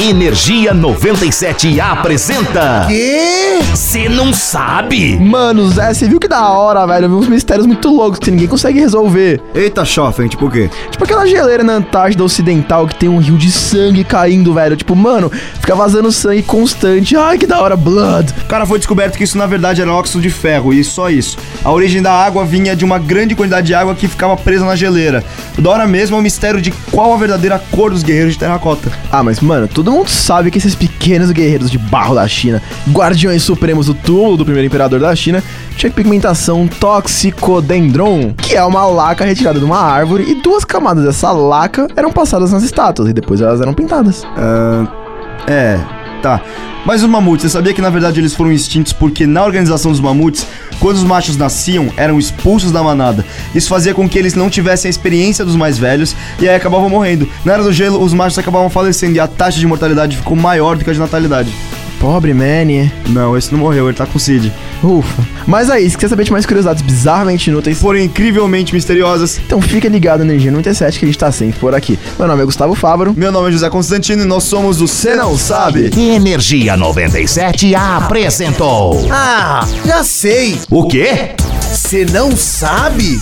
Energia 97 apresenta. Quê? Você não sabe? Mano, Zé, você viu que da hora, velho? Eu vi uns mistérios muito loucos que ninguém consegue resolver. Eita, chofer, tipo o quê? Tipo aquela geleira na Antártida Ocidental que tem um rio de sangue caindo, velho. Tipo, mano, fica vazando sangue constante. Ai, que da hora, blood. Cara, foi descoberto que isso na verdade era óxido de ferro e só isso. A origem da água vinha de uma grande quantidade de água que ficava presa na geleira. Da hora mesmo é o mistério de qual a verdadeira cor dos guerreiros de terracota. Ah, mas, mano, todo mundo sabe que esses pequenos guerreiros de barro da China, guardiões supremos do túmulo do primeiro imperador da China, tinha pigmentação toxicodendron, que é uma laca retirada de uma árvore, e duas camadas dessa laca eram passadas nas estátuas, e depois elas eram pintadas. É, tá. Mas os mamutes, você sabia que na verdade eles foram extintos porque na organização dos mamutes, quando os machos nasciam, eram expulsos da manada. Isso fazia com que eles não tivessem a experiência dos mais velhos e aí acabavam morrendo. Na era do gelo, os machos acabavam falecendo e a taxa de mortalidade ficou maior do que a de natalidade. Pobre Manny. Não, esse não morreu, ele tá com Cid. Ufa. Mas aí, se quiser saber de mais curiosidades bizarramente inúteis, Foram incrivelmente misteriosas. então fica ligado no Energia 97 que a gente tá sempre por aqui. Meu nome é Gustavo Fávaro. Meu nome é José Constantino e nós somos o Cê Não Sabe. Energia 97 apresentou. Ah, já sei. O quê? Você não sabe?